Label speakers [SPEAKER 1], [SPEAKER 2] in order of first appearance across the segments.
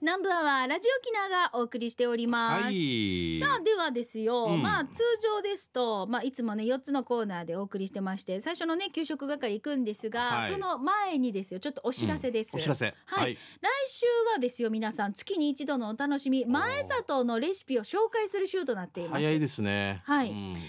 [SPEAKER 1] 南部アワーラジオキナがお送りしております、
[SPEAKER 2] はい。
[SPEAKER 1] さあではですよ、
[SPEAKER 2] うん
[SPEAKER 1] まあ通常ですと、まあ、いつもね4つのコーナーでお送りしてまして最初のね給食係行くんですが、
[SPEAKER 2] はい
[SPEAKER 1] その前にですよちょっとお知らせです、
[SPEAKER 2] お知らせ。
[SPEAKER 1] はい
[SPEAKER 2] はい。
[SPEAKER 1] 来週はですよ皆さん月に一度のお楽しみ
[SPEAKER 2] ー
[SPEAKER 1] 前里のレシピを紹介する週となっています
[SPEAKER 2] 早いですね。
[SPEAKER 1] はい
[SPEAKER 2] うん
[SPEAKER 1] 前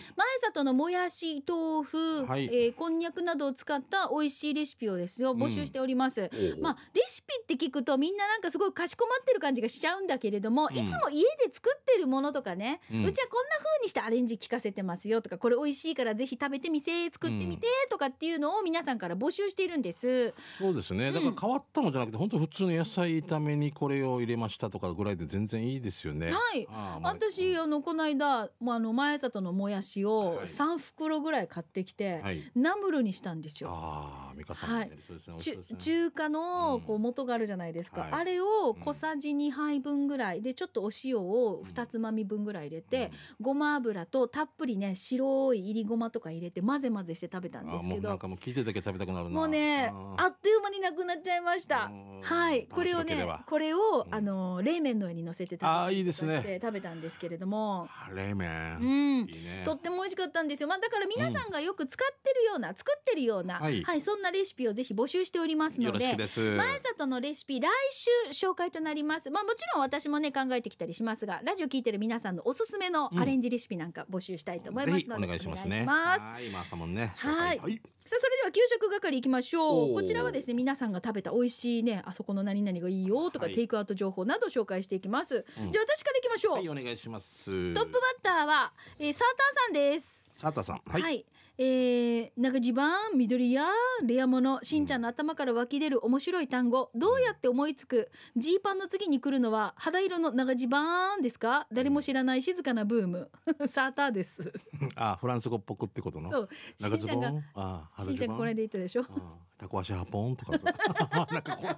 [SPEAKER 1] 里のもやし豆腐、
[SPEAKER 2] はい
[SPEAKER 1] えーこんにゃくなどを使った美味しいレシピをですよ募集しております、まあ、レシピって聞くとみんななんかすごいかしこまってる感じがしちゃうんだけれども、
[SPEAKER 2] うん
[SPEAKER 1] いつも家で作ってるものとかね、
[SPEAKER 2] う
[SPEAKER 1] うんちはこんな風にしてアレンジ聞かせてますよとかこれ美味しいからぜひ食べてみせ作ってみてとかっていうのを皆さんから募集しているんです。
[SPEAKER 2] そうですね。だから変わったのじゃなくて、本当普通の野菜炒めにこれを入れましたとかぐらいで全然いいですよ
[SPEAKER 1] は
[SPEAKER 2] ね。
[SPEAKER 1] い
[SPEAKER 2] あーまあ
[SPEAKER 1] 私あのこの間まああの前里のもやしを
[SPEAKER 2] はい
[SPEAKER 1] 3袋ぐらい買ってきて、
[SPEAKER 2] はい。
[SPEAKER 1] ナムルにしたんですよ。
[SPEAKER 2] ああ、美香さんもね。そうですね。
[SPEAKER 1] 中
[SPEAKER 2] 美味しそうですね
[SPEAKER 1] 中華
[SPEAKER 2] う
[SPEAKER 1] の
[SPEAKER 2] ん
[SPEAKER 1] こう元があるじゃないですか、
[SPEAKER 2] はい
[SPEAKER 1] あれを小さじ2杯分ぐらいでちょっとお塩を2つまみ分ぐらい入れて、ごま油とたっぷりね白い入りごまとか入れて混ぜ混ぜして食べた
[SPEAKER 2] うんん
[SPEAKER 1] で
[SPEAKER 2] あ
[SPEAKER 1] す
[SPEAKER 2] も
[SPEAKER 1] け
[SPEAKER 2] うな
[SPEAKER 1] ど
[SPEAKER 2] んかもう聞いてるだけ食べたくなるな。
[SPEAKER 1] もうね
[SPEAKER 2] ん
[SPEAKER 1] あっという間になくなっちゃいました
[SPEAKER 2] うん
[SPEAKER 1] はいこれを
[SPEAKER 2] 楽し
[SPEAKER 1] ね
[SPEAKER 2] けば
[SPEAKER 1] これを、
[SPEAKER 2] うん
[SPEAKER 1] あの冷麺の上に乗せて食べた
[SPEAKER 2] あーいいですね
[SPEAKER 1] して食べたんですけれども
[SPEAKER 2] あ冷麺。
[SPEAKER 1] うん
[SPEAKER 2] いいね。
[SPEAKER 1] とっても美味しかったんですよ、まあ、だから皆さんがよく使ってるような、作ってるような、
[SPEAKER 2] は
[SPEAKER 1] はいいそんなレシピをぜひ募集しております
[SPEAKER 2] よ
[SPEAKER 1] の
[SPEAKER 2] ろし
[SPEAKER 1] で
[SPEAKER 2] くです。
[SPEAKER 1] 前里のレシピ来週紹介となりますまあもちろん私もね考えてきたりしますがラジオ聞いてる皆さんのおすすめのアレンジレシピなんか募集したいと思いま
[SPEAKER 2] ぜ
[SPEAKER 1] す
[SPEAKER 2] ひ
[SPEAKER 1] の
[SPEAKER 2] お
[SPEAKER 1] で、
[SPEAKER 2] 願いしますね。
[SPEAKER 1] お願いします
[SPEAKER 2] はい、まあ、さもんね。
[SPEAKER 1] はい
[SPEAKER 2] 紹介はい。
[SPEAKER 1] さあそれでは給食係行きましょ
[SPEAKER 2] おー
[SPEAKER 1] うこちらはですね皆さんが食べた美味しいねあそこの何々がいいよとか、
[SPEAKER 2] はい
[SPEAKER 1] テイクアウト情報など紹介していきます、
[SPEAKER 2] うん
[SPEAKER 1] じゃあ私から行きましょう、
[SPEAKER 2] はい、お願いします。
[SPEAKER 1] トップバッターは、えーサーターさんです
[SPEAKER 2] サタさん。は
[SPEAKER 1] はい、
[SPEAKER 2] い。
[SPEAKER 1] えー、中地盤緑やレア物しんちゃんの頭から湧き出る面白い単語、どうやって思いつくジーパンの次に来るのは肌色の長地盤ですか誰も知らない静かなブーム サーターです
[SPEAKER 2] あ、フランス語っぽくってことの。
[SPEAKER 1] そうし
[SPEAKER 2] 長
[SPEAKER 1] ん
[SPEAKER 2] ズ
[SPEAKER 1] ち
[SPEAKER 2] ボ
[SPEAKER 1] ゃん
[SPEAKER 2] ン。
[SPEAKER 1] が
[SPEAKER 2] あ、
[SPEAKER 1] しんちゃんがこの
[SPEAKER 2] れ。
[SPEAKER 1] 間言ったでしょ
[SPEAKER 2] あタコ足ハポンとか。 なんかこれ、これ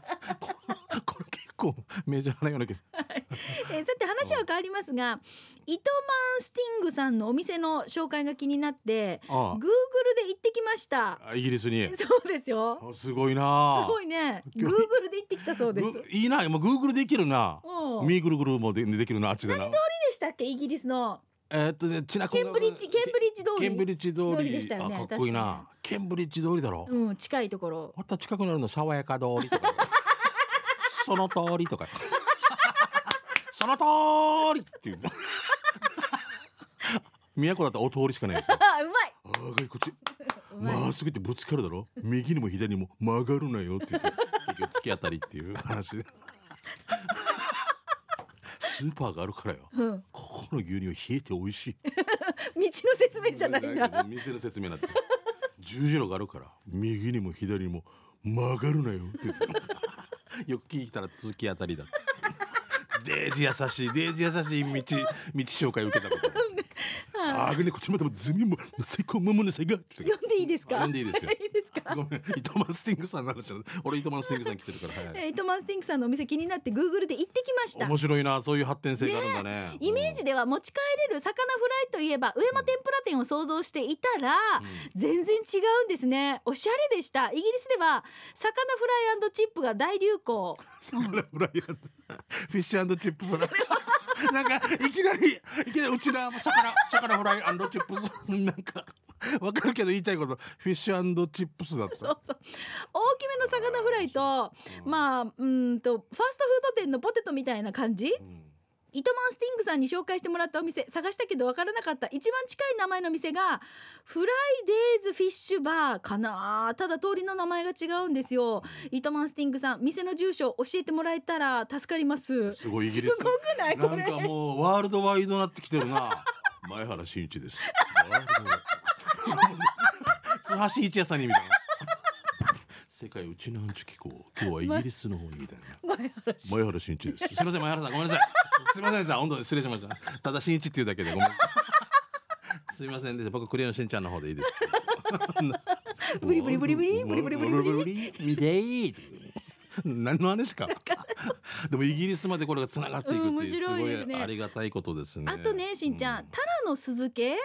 [SPEAKER 2] これ結構メジャーなような気が。
[SPEAKER 1] えーさて話は変わりますが糸満スティングさんのお店の紹介が気になって
[SPEAKER 2] あ
[SPEAKER 1] Google で行ってきました
[SPEAKER 2] あ、イギリスに。
[SPEAKER 1] そうですよ
[SPEAKER 2] あすごい
[SPEAKER 1] す
[SPEAKER 2] な。
[SPEAKER 1] ごいね
[SPEAKER 2] 今
[SPEAKER 1] Google
[SPEAKER 2] 日
[SPEAKER 1] で行ってきたそうです
[SPEAKER 2] ぐいいな、今グーグルできるな。
[SPEAKER 1] おう
[SPEAKER 2] ミーグルグルもでできるな、あっちでな。
[SPEAKER 1] でしたっけイギリスの
[SPEAKER 2] えーっとね、ちなこ
[SPEAKER 1] ケンブリッジケンブリッジ通
[SPEAKER 2] ケ
[SPEAKER 1] り
[SPEAKER 2] ンブリッジ通
[SPEAKER 1] 通
[SPEAKER 2] り
[SPEAKER 1] りでしたよね
[SPEAKER 2] あかっこいいな。ケンブリッジ通りだろ。
[SPEAKER 1] うん近いところ
[SPEAKER 2] また近くなるの爽やか通りとか。その通りとか。その通りっていう。都だったらお通りしかないですよ。
[SPEAKER 1] あうまい
[SPEAKER 2] ああ、こっち。
[SPEAKER 1] うまい、
[SPEAKER 2] まっすぐってぶつかるだろ。右にも左にも曲がるなよって言って。結局突き当たりっていう話で。スーパーがあるからよ。
[SPEAKER 1] うん、道
[SPEAKER 2] ここの牛乳冷えて美味しい。
[SPEAKER 1] の説明じゃ ないんだ
[SPEAKER 2] 店の説明なんですよ十字路があるから右にも左にも曲がるなよって言ってよく聞いたら続き当たりだって デージ優しいデージ優しい道道紹介を受けた ことああねこっちまでもゼミも最高ムムの最高って言って
[SPEAKER 1] 読んでいいですか
[SPEAKER 2] 読んでいいですよ
[SPEAKER 1] いいですか
[SPEAKER 2] ごめん糸満スティングさんの話を俺糸満スティングさん来てるから、はい
[SPEAKER 1] えー糸満スティングさんのお店気になって Google で行ってきました
[SPEAKER 2] 面白いなそういう発展性があるんだね
[SPEAKER 1] イメージでは持ち帰れる魚フライといえば上間天ぷら店を想像していたら全然違うんですねおしゃれでしたイギリスでは魚フライチップが大流行
[SPEAKER 2] 魚フライフィッシュチップスなんかいきなりいきなりうちらも魚魚フライチップスなんかわかるけど言いたいことフィッシュチップスだった
[SPEAKER 1] そうそう大きめの魚フライとまあうーんとファーストフード店のポテトみたいな感じ
[SPEAKER 2] うん
[SPEAKER 1] 糸満スティングさんに紹介してもらったお店探したけどわからなかった一番近い名前の店がフライデーズフィッシュバーかなただ通りの名前が違うんですよ糸満スティングさん店の住所教えてもらえたら助かります
[SPEAKER 2] すごいイギ
[SPEAKER 1] す
[SPEAKER 2] リス
[SPEAKER 1] ごくないこ
[SPEAKER 2] なん
[SPEAKER 1] れ
[SPEAKER 2] かもうワールドワイドなってきてる な前原真一ですワールドワイド津橋一屋さんにみたいな世界うちなんち機構今日はイギリスの方にみたいな
[SPEAKER 1] 前原氏
[SPEAKER 2] 前原真一です。すみません、前原さん、ごめんなさい。すみませんでした。本当に失礼しました。ただ真一っていうだけで、ごめん。すみませんでした。僕クレヨンしんちゃんの方でいいです。
[SPEAKER 1] ブリブリブリブリブリブリブリブリ
[SPEAKER 2] ブリブリ。見ていい。何の話か。でもイギリスまでこれが繋がっていくっていう、
[SPEAKER 1] うん面白いですすね
[SPEAKER 2] ごいありがたいことですね。
[SPEAKER 1] あとねしんちゃん、
[SPEAKER 2] う
[SPEAKER 1] タラの酢漬け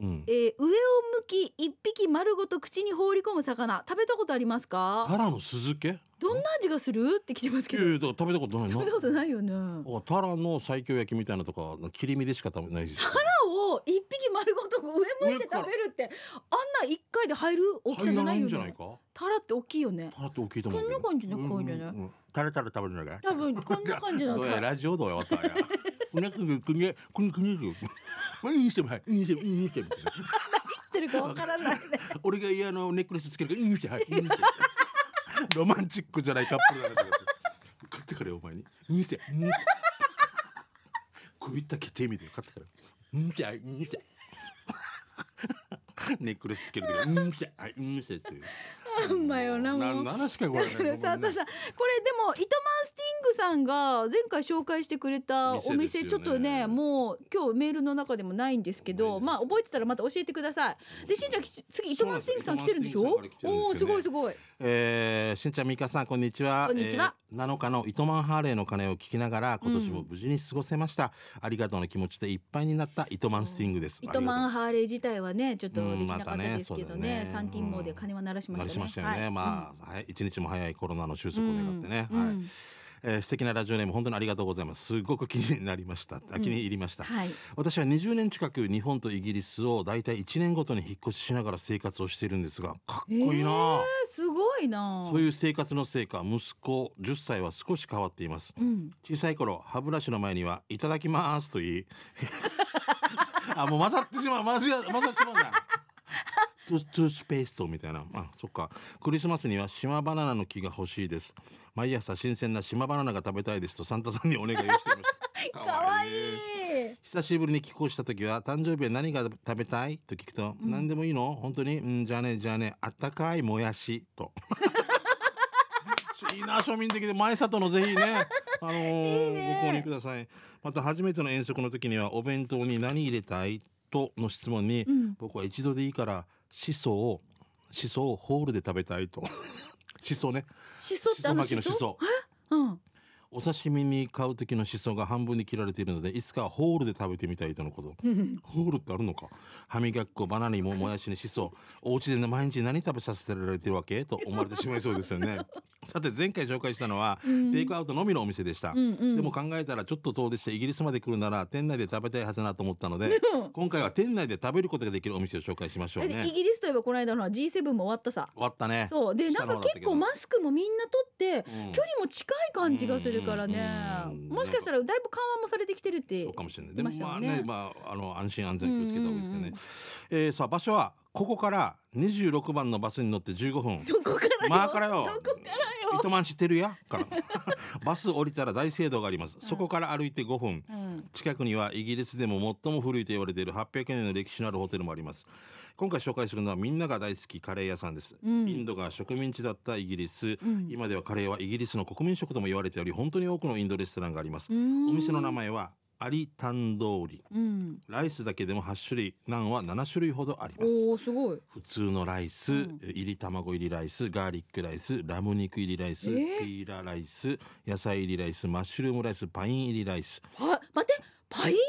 [SPEAKER 2] うん
[SPEAKER 1] え。ー上を向き一匹丸ごと口に放り込む魚食べたことあります
[SPEAKER 2] タ
[SPEAKER 1] か
[SPEAKER 2] ラの酢漬け。
[SPEAKER 1] どんな味がするって来てますけ
[SPEAKER 2] い
[SPEAKER 1] ど
[SPEAKER 2] やいやだから食べたことないな
[SPEAKER 1] 食べたことないよね
[SPEAKER 2] あタラの最強焼きみたいなとか切り身でしか食べないし
[SPEAKER 1] 歯を一匹丸ごと上向いて食べるってあんな一回で入る大きさ
[SPEAKER 2] 入
[SPEAKER 1] じ
[SPEAKER 2] ら
[SPEAKER 1] ゃ
[SPEAKER 2] な
[SPEAKER 1] ない
[SPEAKER 2] い
[SPEAKER 1] よ
[SPEAKER 2] んじゃない
[SPEAKER 1] ね
[SPEAKER 2] か
[SPEAKER 1] タラって大きいよね
[SPEAKER 2] タラって大きいと思うけど
[SPEAKER 1] こんな感じねこういうのね
[SPEAKER 2] んんタラタラ食べるのが
[SPEAKER 1] 多分こんな感じなん
[SPEAKER 2] どうや
[SPEAKER 1] だ
[SPEAKER 2] ラジオどうやわったんやくにゃくにゃくにゃくにゃくにゃくにゃくにゃしてもはいにしてもにして
[SPEAKER 1] っ
[SPEAKER 2] も
[SPEAKER 1] てるかわからないね
[SPEAKER 2] 俺が家のネックレスつけるからにしてはいにしてロマンチックじゃないカップルの話だ買ってからよお前ににしてにして首だけ手見て買ってからにしてはいにしてネックレスつける時にしてはいにしてっていう
[SPEAKER 1] あんまよな
[SPEAKER 2] な
[SPEAKER 1] もう
[SPEAKER 2] 何の話かこれね
[SPEAKER 1] だからさ、
[SPEAKER 2] ごめんね
[SPEAKER 1] 私さん、これでも糸満スティングさんが前回紹介してくれたお
[SPEAKER 2] 店です
[SPEAKER 1] 店、
[SPEAKER 2] よね
[SPEAKER 1] ちょっとね、もう今日メールの中でもないんですけ
[SPEAKER 2] ない
[SPEAKER 1] ど、
[SPEAKER 2] です
[SPEAKER 1] まあ覚えてたらまた教えてください。で、しんちゃんき次糸満スティングさん来てるんでし
[SPEAKER 2] そう
[SPEAKER 1] ょ
[SPEAKER 2] なんです？糸
[SPEAKER 1] おお
[SPEAKER 2] 満
[SPEAKER 1] ーす
[SPEAKER 2] スティン
[SPEAKER 1] ご
[SPEAKER 2] グ
[SPEAKER 1] いすごい。
[SPEAKER 2] えー、しんちゃんみかさんこんにちは
[SPEAKER 1] こんにちは、
[SPEAKER 2] えー7日の糸満ハーレーの鐘を聞きながら今年も無事に過ごせました、ありがとうの気持ちでいっぱいになった糸満スティングです
[SPEAKER 1] 糸満
[SPEAKER 2] ハ
[SPEAKER 1] ハーレー自体はね、ちょっとできなかっ
[SPEAKER 2] うんま
[SPEAKER 1] た
[SPEAKER 2] たね
[SPEAKER 1] ですけど
[SPEAKER 2] そうだよ
[SPEAKER 1] ね
[SPEAKER 2] ね、
[SPEAKER 1] 三金もで金は鳴らしま
[SPEAKER 2] ー
[SPEAKER 1] し
[SPEAKER 2] した
[SPEAKER 1] ね。
[SPEAKER 2] ましたよね、
[SPEAKER 1] はい
[SPEAKER 2] まあ、はい、一日も早いコロナの収
[SPEAKER 1] う
[SPEAKER 2] 束を願っ
[SPEAKER 1] ん
[SPEAKER 2] てね、
[SPEAKER 1] うん
[SPEAKER 2] はいえー素敵なラジオネーム本当にありがとうございますすごく気になりました、あ気に入りました、
[SPEAKER 1] はい。
[SPEAKER 2] 私は20年近く日本とイギリスを大体1年ごとに引っ越ししながら生活をしているんですがかっこいいなあ、
[SPEAKER 1] えーすごいな。。
[SPEAKER 2] そういうう生活の成果息子10歳は少し変わっています
[SPEAKER 1] うん。
[SPEAKER 2] 小さい頃歯ブラシの前には「いただきます」と言い あもう混ざってしまう混ざ混ざってしまうじゃんトゥトゥースペーストみたいなあそっかクリスマスには島バナナの木が欲しいです毎朝新鮮な島バナナが食べたいですとサンタさんにお願いをしていました
[SPEAKER 1] かわいい。
[SPEAKER 2] 久しぶりに帰国した時は誕生日は何が食べたいと聞くと、何でもいいの本当にうんじゃあねじゃあねあったかいもやしと いいな庶民的で前里のぜひねあのー
[SPEAKER 1] いいね
[SPEAKER 2] ご購入くださいまた初めての遠足の時にはお弁当に何入れたいとの質問に、
[SPEAKER 1] うん。
[SPEAKER 2] 僕は一度でいいからしそをしそをホールで食べたいと しそね
[SPEAKER 1] しそってあの
[SPEAKER 2] しそ巻き
[SPEAKER 1] し
[SPEAKER 2] のし
[SPEAKER 1] そ。
[SPEAKER 2] そ
[SPEAKER 1] うん。
[SPEAKER 2] お刺身に買う時のしそが半分に切られているのでいつかはホールで食べてみたいとのこと
[SPEAKER 1] うん。
[SPEAKER 2] ホールってあるのか歯磨き粉バナナにももやしにしそお家でね毎日何食べさせられてるわけと思われてしまいそうですよねさて前回紹介したのは、
[SPEAKER 1] うん
[SPEAKER 2] テイクアウトのみのお 店でした、
[SPEAKER 1] うんうん、
[SPEAKER 2] でも考えたらちょっと遠出してイギリスまで来るなら店内で食べたいはずなと思ったので今回は店内で食べることができるお店を紹介しましょ
[SPEAKER 1] だ
[SPEAKER 2] う
[SPEAKER 1] ってイ
[SPEAKER 2] ね
[SPEAKER 1] ギリスといえばこの間の G7 も終わったさ
[SPEAKER 2] 終わったね
[SPEAKER 1] そうでな
[SPEAKER 2] 下
[SPEAKER 1] ん
[SPEAKER 2] の
[SPEAKER 1] か
[SPEAKER 2] 方だったけ
[SPEAKER 1] 結
[SPEAKER 2] ど
[SPEAKER 1] 構マスクもみんな取って
[SPEAKER 2] うん
[SPEAKER 1] 距離も近い感じがするからね
[SPEAKER 2] うんうんうん
[SPEAKER 1] もしかしたらだいぶ緩和もされてきてるって
[SPEAKER 2] そうかもしれない。で
[SPEAKER 1] 言っ
[SPEAKER 2] も
[SPEAKER 1] て
[SPEAKER 2] ま
[SPEAKER 1] ま
[SPEAKER 2] あ
[SPEAKER 1] したよ
[SPEAKER 2] ね
[SPEAKER 1] ね、
[SPEAKER 2] まああの安心安全気をつけた方がいいですけ
[SPEAKER 1] うんうん
[SPEAKER 2] ど
[SPEAKER 1] う
[SPEAKER 2] ね
[SPEAKER 1] ん。
[SPEAKER 2] えーさあ場所はここから26番のバスに乗って15分。
[SPEAKER 1] どこからよ
[SPEAKER 2] まあからよ
[SPEAKER 1] どこからよ
[SPEAKER 2] 糸満市てるやから バス降りたら大聖堂がありますそこから歩いて5分
[SPEAKER 1] うん
[SPEAKER 2] 近くにはイギリスでも最も古いと言われている800年の歴史のあるホテルもあります今回紹介するのはみんなが大好きカレー屋さんです、
[SPEAKER 1] うん
[SPEAKER 2] インドが植民地だったイギリス、
[SPEAKER 1] ん
[SPEAKER 2] 今ではカレーはイギリスの国民食とも言われており本当に多くのインドレストランがあります、お店の名前はアリタンドーリ
[SPEAKER 1] うん
[SPEAKER 2] ライスだけでも8種類ナンは7種類ほどあります
[SPEAKER 1] おおすごい
[SPEAKER 2] 普通のライス、
[SPEAKER 1] うん
[SPEAKER 2] 入り卵入りライスガーリックライスラム肉入りライス、
[SPEAKER 1] えー
[SPEAKER 2] ピーラライス野菜入りライスマッシュルームライスパイン入りライス、
[SPEAKER 1] は待ってパイン入りライ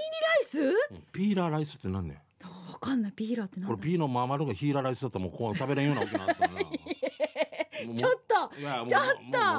[SPEAKER 2] うんピーラライスってなんねん
[SPEAKER 1] スわかんないピーラーってなん
[SPEAKER 2] こ
[SPEAKER 1] だ
[SPEAKER 2] れピーのままるがヒーラライスだったらもうこう食べれんようなわけな ったな
[SPEAKER 1] ちょっと
[SPEAKER 2] いやもう
[SPEAKER 1] ちょっ
[SPEAKER 2] もう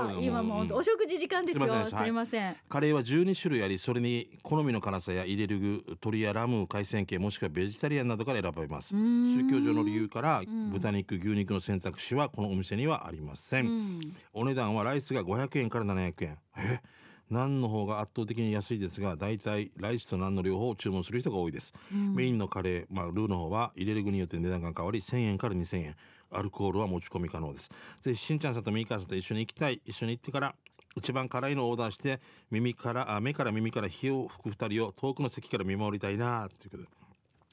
[SPEAKER 2] も
[SPEAKER 1] と
[SPEAKER 2] う
[SPEAKER 1] 今もうお食事時間ですよ
[SPEAKER 2] すいません
[SPEAKER 1] すいません
[SPEAKER 2] カレーは12種類ありそれに好みの辛さや入れる具鶏やラム海鮮系もしくはベジタリアンなどから選べます宗
[SPEAKER 1] 宗
[SPEAKER 2] 教上の理由から
[SPEAKER 1] ん
[SPEAKER 2] 豚肉牛肉の選択肢はこのお店にはありません、お値段はライスが500円から700円えナンの方が圧倒的に安いですが大体ライスとナンの両方を注文する人が多いです、メインのカレー、まあ、ルーの方は入れる具によって値段が変わり1000円から2000円アルコールは持ち込み可能ですぜひしんちゃんさんとミーカーさんと一緒に行きたい一緒に行ってから一番辛いのをオーダーして耳からあ目から耳から火を吹く二人を遠くの席から見守りたいなということで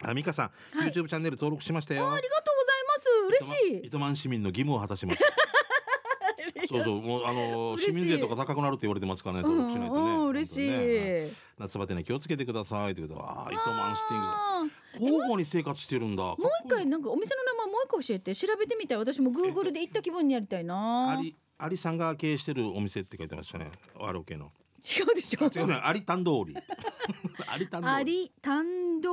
[SPEAKER 2] あミカさん、
[SPEAKER 1] はい
[SPEAKER 2] YouTube チャンネル登録しましたよ
[SPEAKER 1] ありがとうございます嬉しい
[SPEAKER 2] 糸満市民の義務を果たしましたそうそう、もう、あのー
[SPEAKER 1] 嬉しい
[SPEAKER 2] 市民税とか高くなるって言われてますからね、登録しないとね。
[SPEAKER 1] うんうん嬉しい。
[SPEAKER 2] 本当にねはい夏バテには気をつけてくださいということで、ああ、糸満スティングさ
[SPEAKER 1] あー
[SPEAKER 2] ん。交互に生活してるんだ。もう
[SPEAKER 1] もう一回。なんかお店の名前もう一個教えて調べてみたい私も Google で行った気分になりたい
[SPEAKER 2] あ
[SPEAKER 1] な違
[SPEAKER 2] り、ありさんが経営してるお店って書いてましたね。アロケの。
[SPEAKER 1] うでしょ
[SPEAKER 2] 違うね、ありタンドーリ。ありタンドー
[SPEAKER 1] ア
[SPEAKER 2] リ。
[SPEAKER 1] リタンン通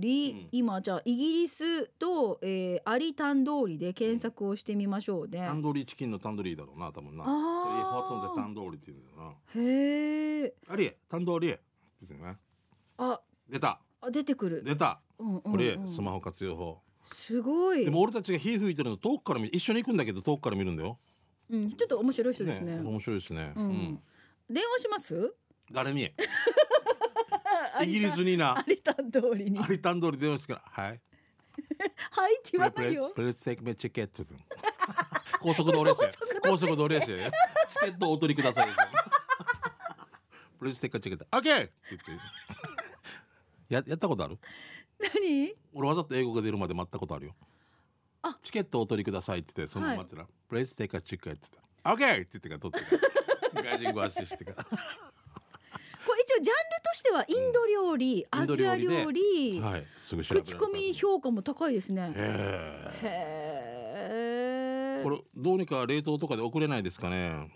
[SPEAKER 1] り、今じゃあイギリスと、えー、アリタン通りで検索をしてみましょうね。
[SPEAKER 2] タンドリーチキンのタンドリーだろうな多分なえ発音でタ
[SPEAKER 1] あ
[SPEAKER 2] ンドリーって言うんだよ
[SPEAKER 1] あへえ。
[SPEAKER 2] なあれタンドリーって言ってね
[SPEAKER 1] あ
[SPEAKER 2] 出た
[SPEAKER 1] あ出てくる。
[SPEAKER 2] 出た
[SPEAKER 1] うんうんうん
[SPEAKER 2] これ、スマホ活用法
[SPEAKER 1] すごい。
[SPEAKER 2] でも俺たちが火吹いてるの遠くから見一緒に行くんだけど遠くから見るんだよ
[SPEAKER 1] うんちょっと面白い人ですね。
[SPEAKER 2] 面白いですね、
[SPEAKER 1] う
[SPEAKER 2] うんん
[SPEAKER 1] 電話します？
[SPEAKER 2] 誰にイギリスにな
[SPEAKER 1] アリタン通りに。
[SPEAKER 2] ア
[SPEAKER 1] は
[SPEAKER 2] リタンドリー電話してからはい
[SPEAKER 1] いって言わないよ。
[SPEAKER 2] プレステクメチケット高速道路ですよ高速道路ですよチケットをお取りくださいプレステクメチケット OK って言ってややったことある
[SPEAKER 1] 何？
[SPEAKER 2] 俺わざと英語が出るまで待ったことあるよ
[SPEAKER 1] あ
[SPEAKER 2] チケットをお取りくださいって言ってそのまま
[SPEAKER 1] はい
[SPEAKER 2] 待ってたら、プレステクメチケットって言ったら OK って言ってから取ってから外人語足してから
[SPEAKER 1] これ一応ジャンルとしてはインド料理、
[SPEAKER 2] うん
[SPEAKER 1] アジア
[SPEAKER 2] イン
[SPEAKER 1] 料
[SPEAKER 2] ド料
[SPEAKER 1] 理、
[SPEAKER 2] はい、すぐ調べられ
[SPEAKER 1] 口
[SPEAKER 2] た
[SPEAKER 1] コミ評価も高いですね。
[SPEAKER 2] ええ
[SPEAKER 1] へえ。
[SPEAKER 2] これどうにか冷凍とかで送れないですかね。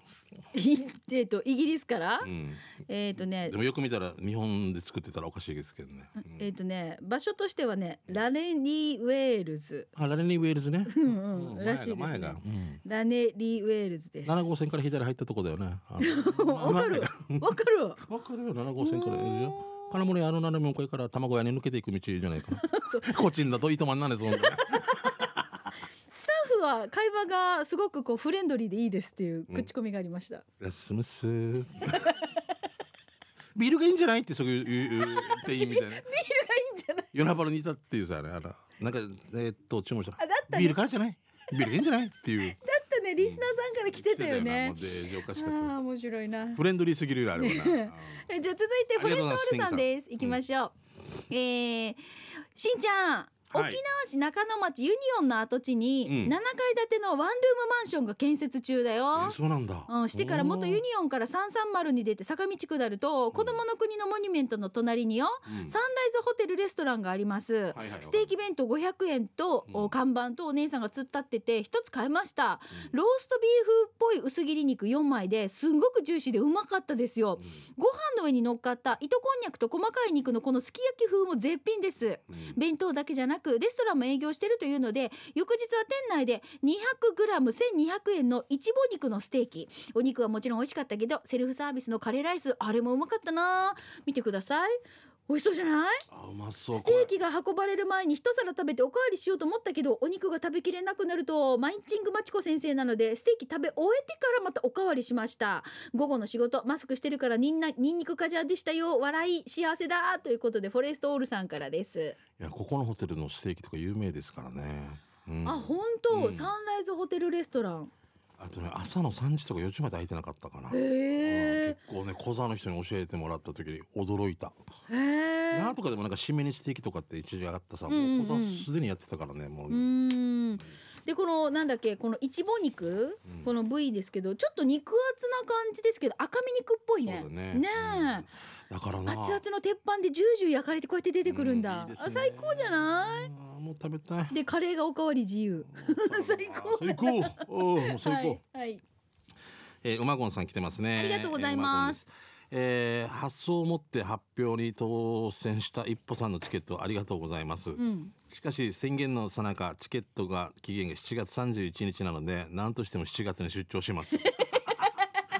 [SPEAKER 1] いえっとイギリスから、
[SPEAKER 2] うん。
[SPEAKER 1] えっ、とね
[SPEAKER 2] でもよく見たら日本で作ってたらおかしいですけどね。うん
[SPEAKER 1] えっ、とね場所としてはねラレニウェールズ
[SPEAKER 2] あラレニーウェールズね。
[SPEAKER 1] うんうん
[SPEAKER 2] 前が
[SPEAKER 1] らしいですね
[SPEAKER 2] 前が。うん
[SPEAKER 1] ラネリウェールズです。
[SPEAKER 2] 七号線から左入ったとこだよね。あの
[SPEAKER 1] わかる
[SPEAKER 2] 前が
[SPEAKER 1] わかる。
[SPEAKER 2] わかるよ。七号線から入れるよ。金森あの斜め向かいから玉子屋に抜けていく道じゃないか な。こっちんだと糸満なんですもんね。
[SPEAKER 1] スタッフは会話がすごくこうフレンドリーでいいですっていう口コミがありました。
[SPEAKER 2] ラスム ス。ビールがいいんじゃないってそういう言う言う店員みたいな。
[SPEAKER 1] いいんじゃない。
[SPEAKER 2] 夜なばらにいたっていうさあれあのなんかえーっと注文したら
[SPEAKER 1] あだったね
[SPEAKER 2] ビールからじゃないビールがいいんじゃないっていう
[SPEAKER 1] だったねリスナーさんから 来てたよね
[SPEAKER 2] 来。てたよなもうデージおかしかっ
[SPEAKER 1] ああ面白いな。
[SPEAKER 2] たフレンドリーすぎるよあれはな
[SPEAKER 1] えじゃあ続いてフォレストオールさんです。行きましょう。えー、しんちゃん。沖
[SPEAKER 2] は
[SPEAKER 1] 縄
[SPEAKER 2] い
[SPEAKER 1] 市中野町ユニオンの跡地に
[SPEAKER 2] うん
[SPEAKER 1] 7階建てのワンルームマンションが建設中だ
[SPEAKER 2] あー
[SPEAKER 1] よ
[SPEAKER 2] え。そうなんだ
[SPEAKER 1] うん、してから元ユニオンから330に出て坂道下ると子供の国のモニュメントの隣によ
[SPEAKER 2] うん
[SPEAKER 1] サンライズホテルレストランがあります。
[SPEAKER 2] はいはいはい
[SPEAKER 1] ステーキ弁当500円と、
[SPEAKER 2] うん
[SPEAKER 1] お看板とお姉さんが突っ立ってて一つ買いました、
[SPEAKER 2] う
[SPEAKER 1] ローストビーフっぽい薄切り肉4枚ですんごくジューシーでうまかったですよ、ご飯の上に乗っかった糸こんにゃくと細かい肉のこのすき焼き風も絶品です
[SPEAKER 2] うんうん
[SPEAKER 1] 弁当だけじゃなくレストランも営業してるというので翌日は店内で 200g1200 円のいちぼ肉のステーキお肉はもちろん美味しかったけどセルフサービスのカレーライスあれもうまかったな見てください美味しそうじゃない
[SPEAKER 2] あうまそう
[SPEAKER 1] ステーキが運ばれる前に一皿食べておかわりしようと思ったけどお肉が食べきれなくなるとマインチングマチコ先生なのでステーキ食べ終えてからまたおかわりしました午後の仕事マスクしてるからにんなニンニクカジャでしたよ笑い幸せだということでフォレストオールさんからです、
[SPEAKER 2] いやここのホテルのステーキとか有名ですからねうん
[SPEAKER 1] あ本当、
[SPEAKER 2] うん
[SPEAKER 1] サンライズホテルレストラン
[SPEAKER 2] あとね朝の3時とか4時まで空いてなかったかな
[SPEAKER 1] へえ
[SPEAKER 2] うん結構ね小座の人に教えてもらった時に驚いた
[SPEAKER 1] へえ
[SPEAKER 2] なとかでもなんか締めにステーキとかって一時あったさ、
[SPEAKER 1] うんうんう
[SPEAKER 2] も
[SPEAKER 1] ん
[SPEAKER 2] う小座すでにやってたからねもう、
[SPEAKER 1] うーんでこのなんだっけこのいちぼ肉、
[SPEAKER 2] うん
[SPEAKER 1] この部位ですけどちょっと肉厚な感じですけど赤身肉っぽいね
[SPEAKER 2] そうだね
[SPEAKER 1] ねえ、
[SPEAKER 2] うんだからな
[SPEAKER 1] 熱々の鉄板でジュージュー焼かれてこうやって出てくるんだ、
[SPEAKER 2] ういいです
[SPEAKER 1] あ
[SPEAKER 2] ね
[SPEAKER 1] 最高じゃな
[SPEAKER 2] あーもう食べたい
[SPEAKER 1] いでカレーがおかわり自由 最高
[SPEAKER 2] 最高おーもう最高、
[SPEAKER 1] はい、はい、
[SPEAKER 2] えー、馬ゴンさん来てますね
[SPEAKER 1] ありがとうございます
[SPEAKER 2] えー馬ゴンですえー発想を持って発表に当選した一歩さんのチケットありがとうございます、
[SPEAKER 1] うん
[SPEAKER 2] しかし宣言の最中チケットが期限が7月31日なので何としても7月に出張 します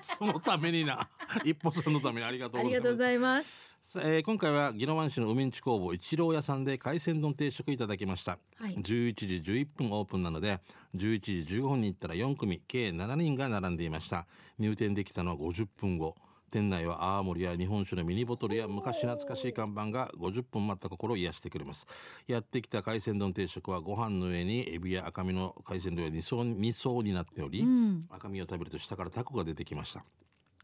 [SPEAKER 2] そのためにな一歩さんのためにありがと
[SPEAKER 1] あ
[SPEAKER 2] うご
[SPEAKER 1] り
[SPEAKER 2] ざい
[SPEAKER 1] がとう
[SPEAKER 2] ま
[SPEAKER 1] ご
[SPEAKER 2] す
[SPEAKER 1] ざいます
[SPEAKER 2] さあえー今回は宜野湾市の海んち工房一郎屋さんで海鮮丼定食いただきました、
[SPEAKER 1] はい
[SPEAKER 2] 11時11分オープンなので11時15分に行ったら4組計7人が並んでいました入店できたのは50分後店内は泡盛や日本酒のミニボトルや昔懐かしい看板が50分待った心を癒してくれますやってきた海鮮丼定食はご飯の上にエビや赤身の海鮮丼が2層に二層になっており、
[SPEAKER 1] うん
[SPEAKER 2] 赤身を食べると下からタコが出てきました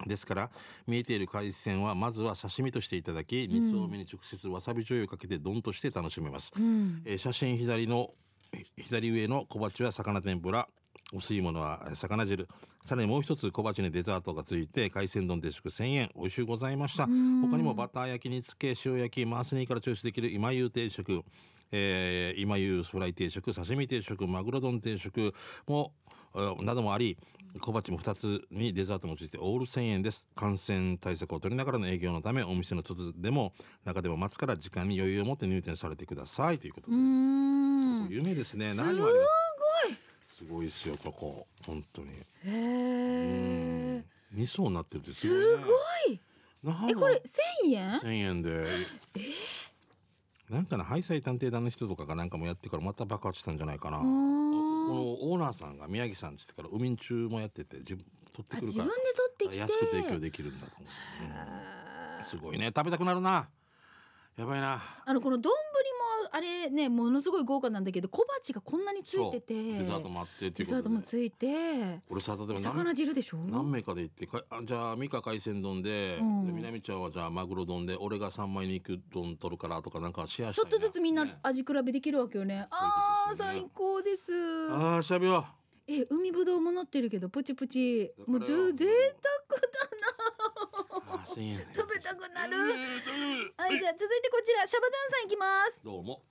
[SPEAKER 2] ですから見えている海鮮はまずは刺身としていただき2層目に直接わさび醤油をかけて丼として楽しめます、
[SPEAKER 1] うん
[SPEAKER 2] えー写真左のえ左上の小鉢は魚天ぷらお吸い物はえー魚汁さらにもう一つ小鉢にデザートがついて海鮮丼定食1000円美味しゅうございました他
[SPEAKER 1] ん
[SPEAKER 2] にもバター焼きにつけ塩焼きマースニーから抽出できる今湯定食えー今湯フライ定食刺身定食マグロ丼定食もえあなどもあり小鉢も2つにデザートもついてオール1000円です感染対策を取りながらの営業のためお店の外でも中でも待つから時間に余裕を持って入店されてくださいということ
[SPEAKER 1] うー
[SPEAKER 2] です、
[SPEAKER 1] ん。
[SPEAKER 2] 有名ですね
[SPEAKER 1] す
[SPEAKER 2] 何もありますすごいですよここ本当に
[SPEAKER 1] へ
[SPEAKER 2] うん
[SPEAKER 1] え。
[SPEAKER 2] 二層になってるんです
[SPEAKER 1] すごい。
[SPEAKER 2] い
[SPEAKER 1] え、これ千円。
[SPEAKER 2] 千円で。なんかな、ハイサイ探偵団の人とかがなんかもやってから、また爆発したんじゃないかな。
[SPEAKER 1] あ
[SPEAKER 2] こ
[SPEAKER 1] ー
[SPEAKER 2] のオーナーさんが宮城さんって言ってから、海中もやってて、自分取って
[SPEAKER 1] あ
[SPEAKER 2] くる
[SPEAKER 1] 自
[SPEAKER 2] か
[SPEAKER 1] 分で取
[SPEAKER 2] ら。
[SPEAKER 1] ってきて。
[SPEAKER 2] 安く提供できるんだと思う。うんすごいね、食べたくなるな。やばいな。
[SPEAKER 1] あのこの丼もあれねものすごい豪華なんだけど小鉢がこんなについてて
[SPEAKER 2] そうデザートもあってっ
[SPEAKER 1] デ
[SPEAKER 2] ていう
[SPEAKER 1] ザー
[SPEAKER 2] こと
[SPEAKER 1] トも
[SPEAKER 2] で。
[SPEAKER 1] ついて
[SPEAKER 2] これさ、例えば
[SPEAKER 1] 魚
[SPEAKER 2] 何。
[SPEAKER 1] 汁でしょ
[SPEAKER 2] 何名かで行ってかあじゃあ美香海鮮丼で,、
[SPEAKER 1] うん
[SPEAKER 2] で南ちゃんはじゃあマグロ丼で俺が三枚肉丼取るからとかなんかシェアし
[SPEAKER 1] ち
[SPEAKER 2] たい
[SPEAKER 1] ょっと
[SPEAKER 2] な
[SPEAKER 1] ずつみんな
[SPEAKER 2] ね
[SPEAKER 1] 味比べできるわけよねああ
[SPEAKER 2] そういう
[SPEAKER 1] 最高です
[SPEAKER 2] ああしゃべよう
[SPEAKER 1] え海ぶどうもなってるけどプチプチ
[SPEAKER 2] だから
[SPEAKER 1] もうず
[SPEAKER 2] よ
[SPEAKER 1] 贅沢だ
[SPEAKER 2] あー1000円
[SPEAKER 1] 食べたくなる
[SPEAKER 2] る
[SPEAKER 1] はいじゃあ続いてこちらシャバドゥンさんいきます
[SPEAKER 2] どうも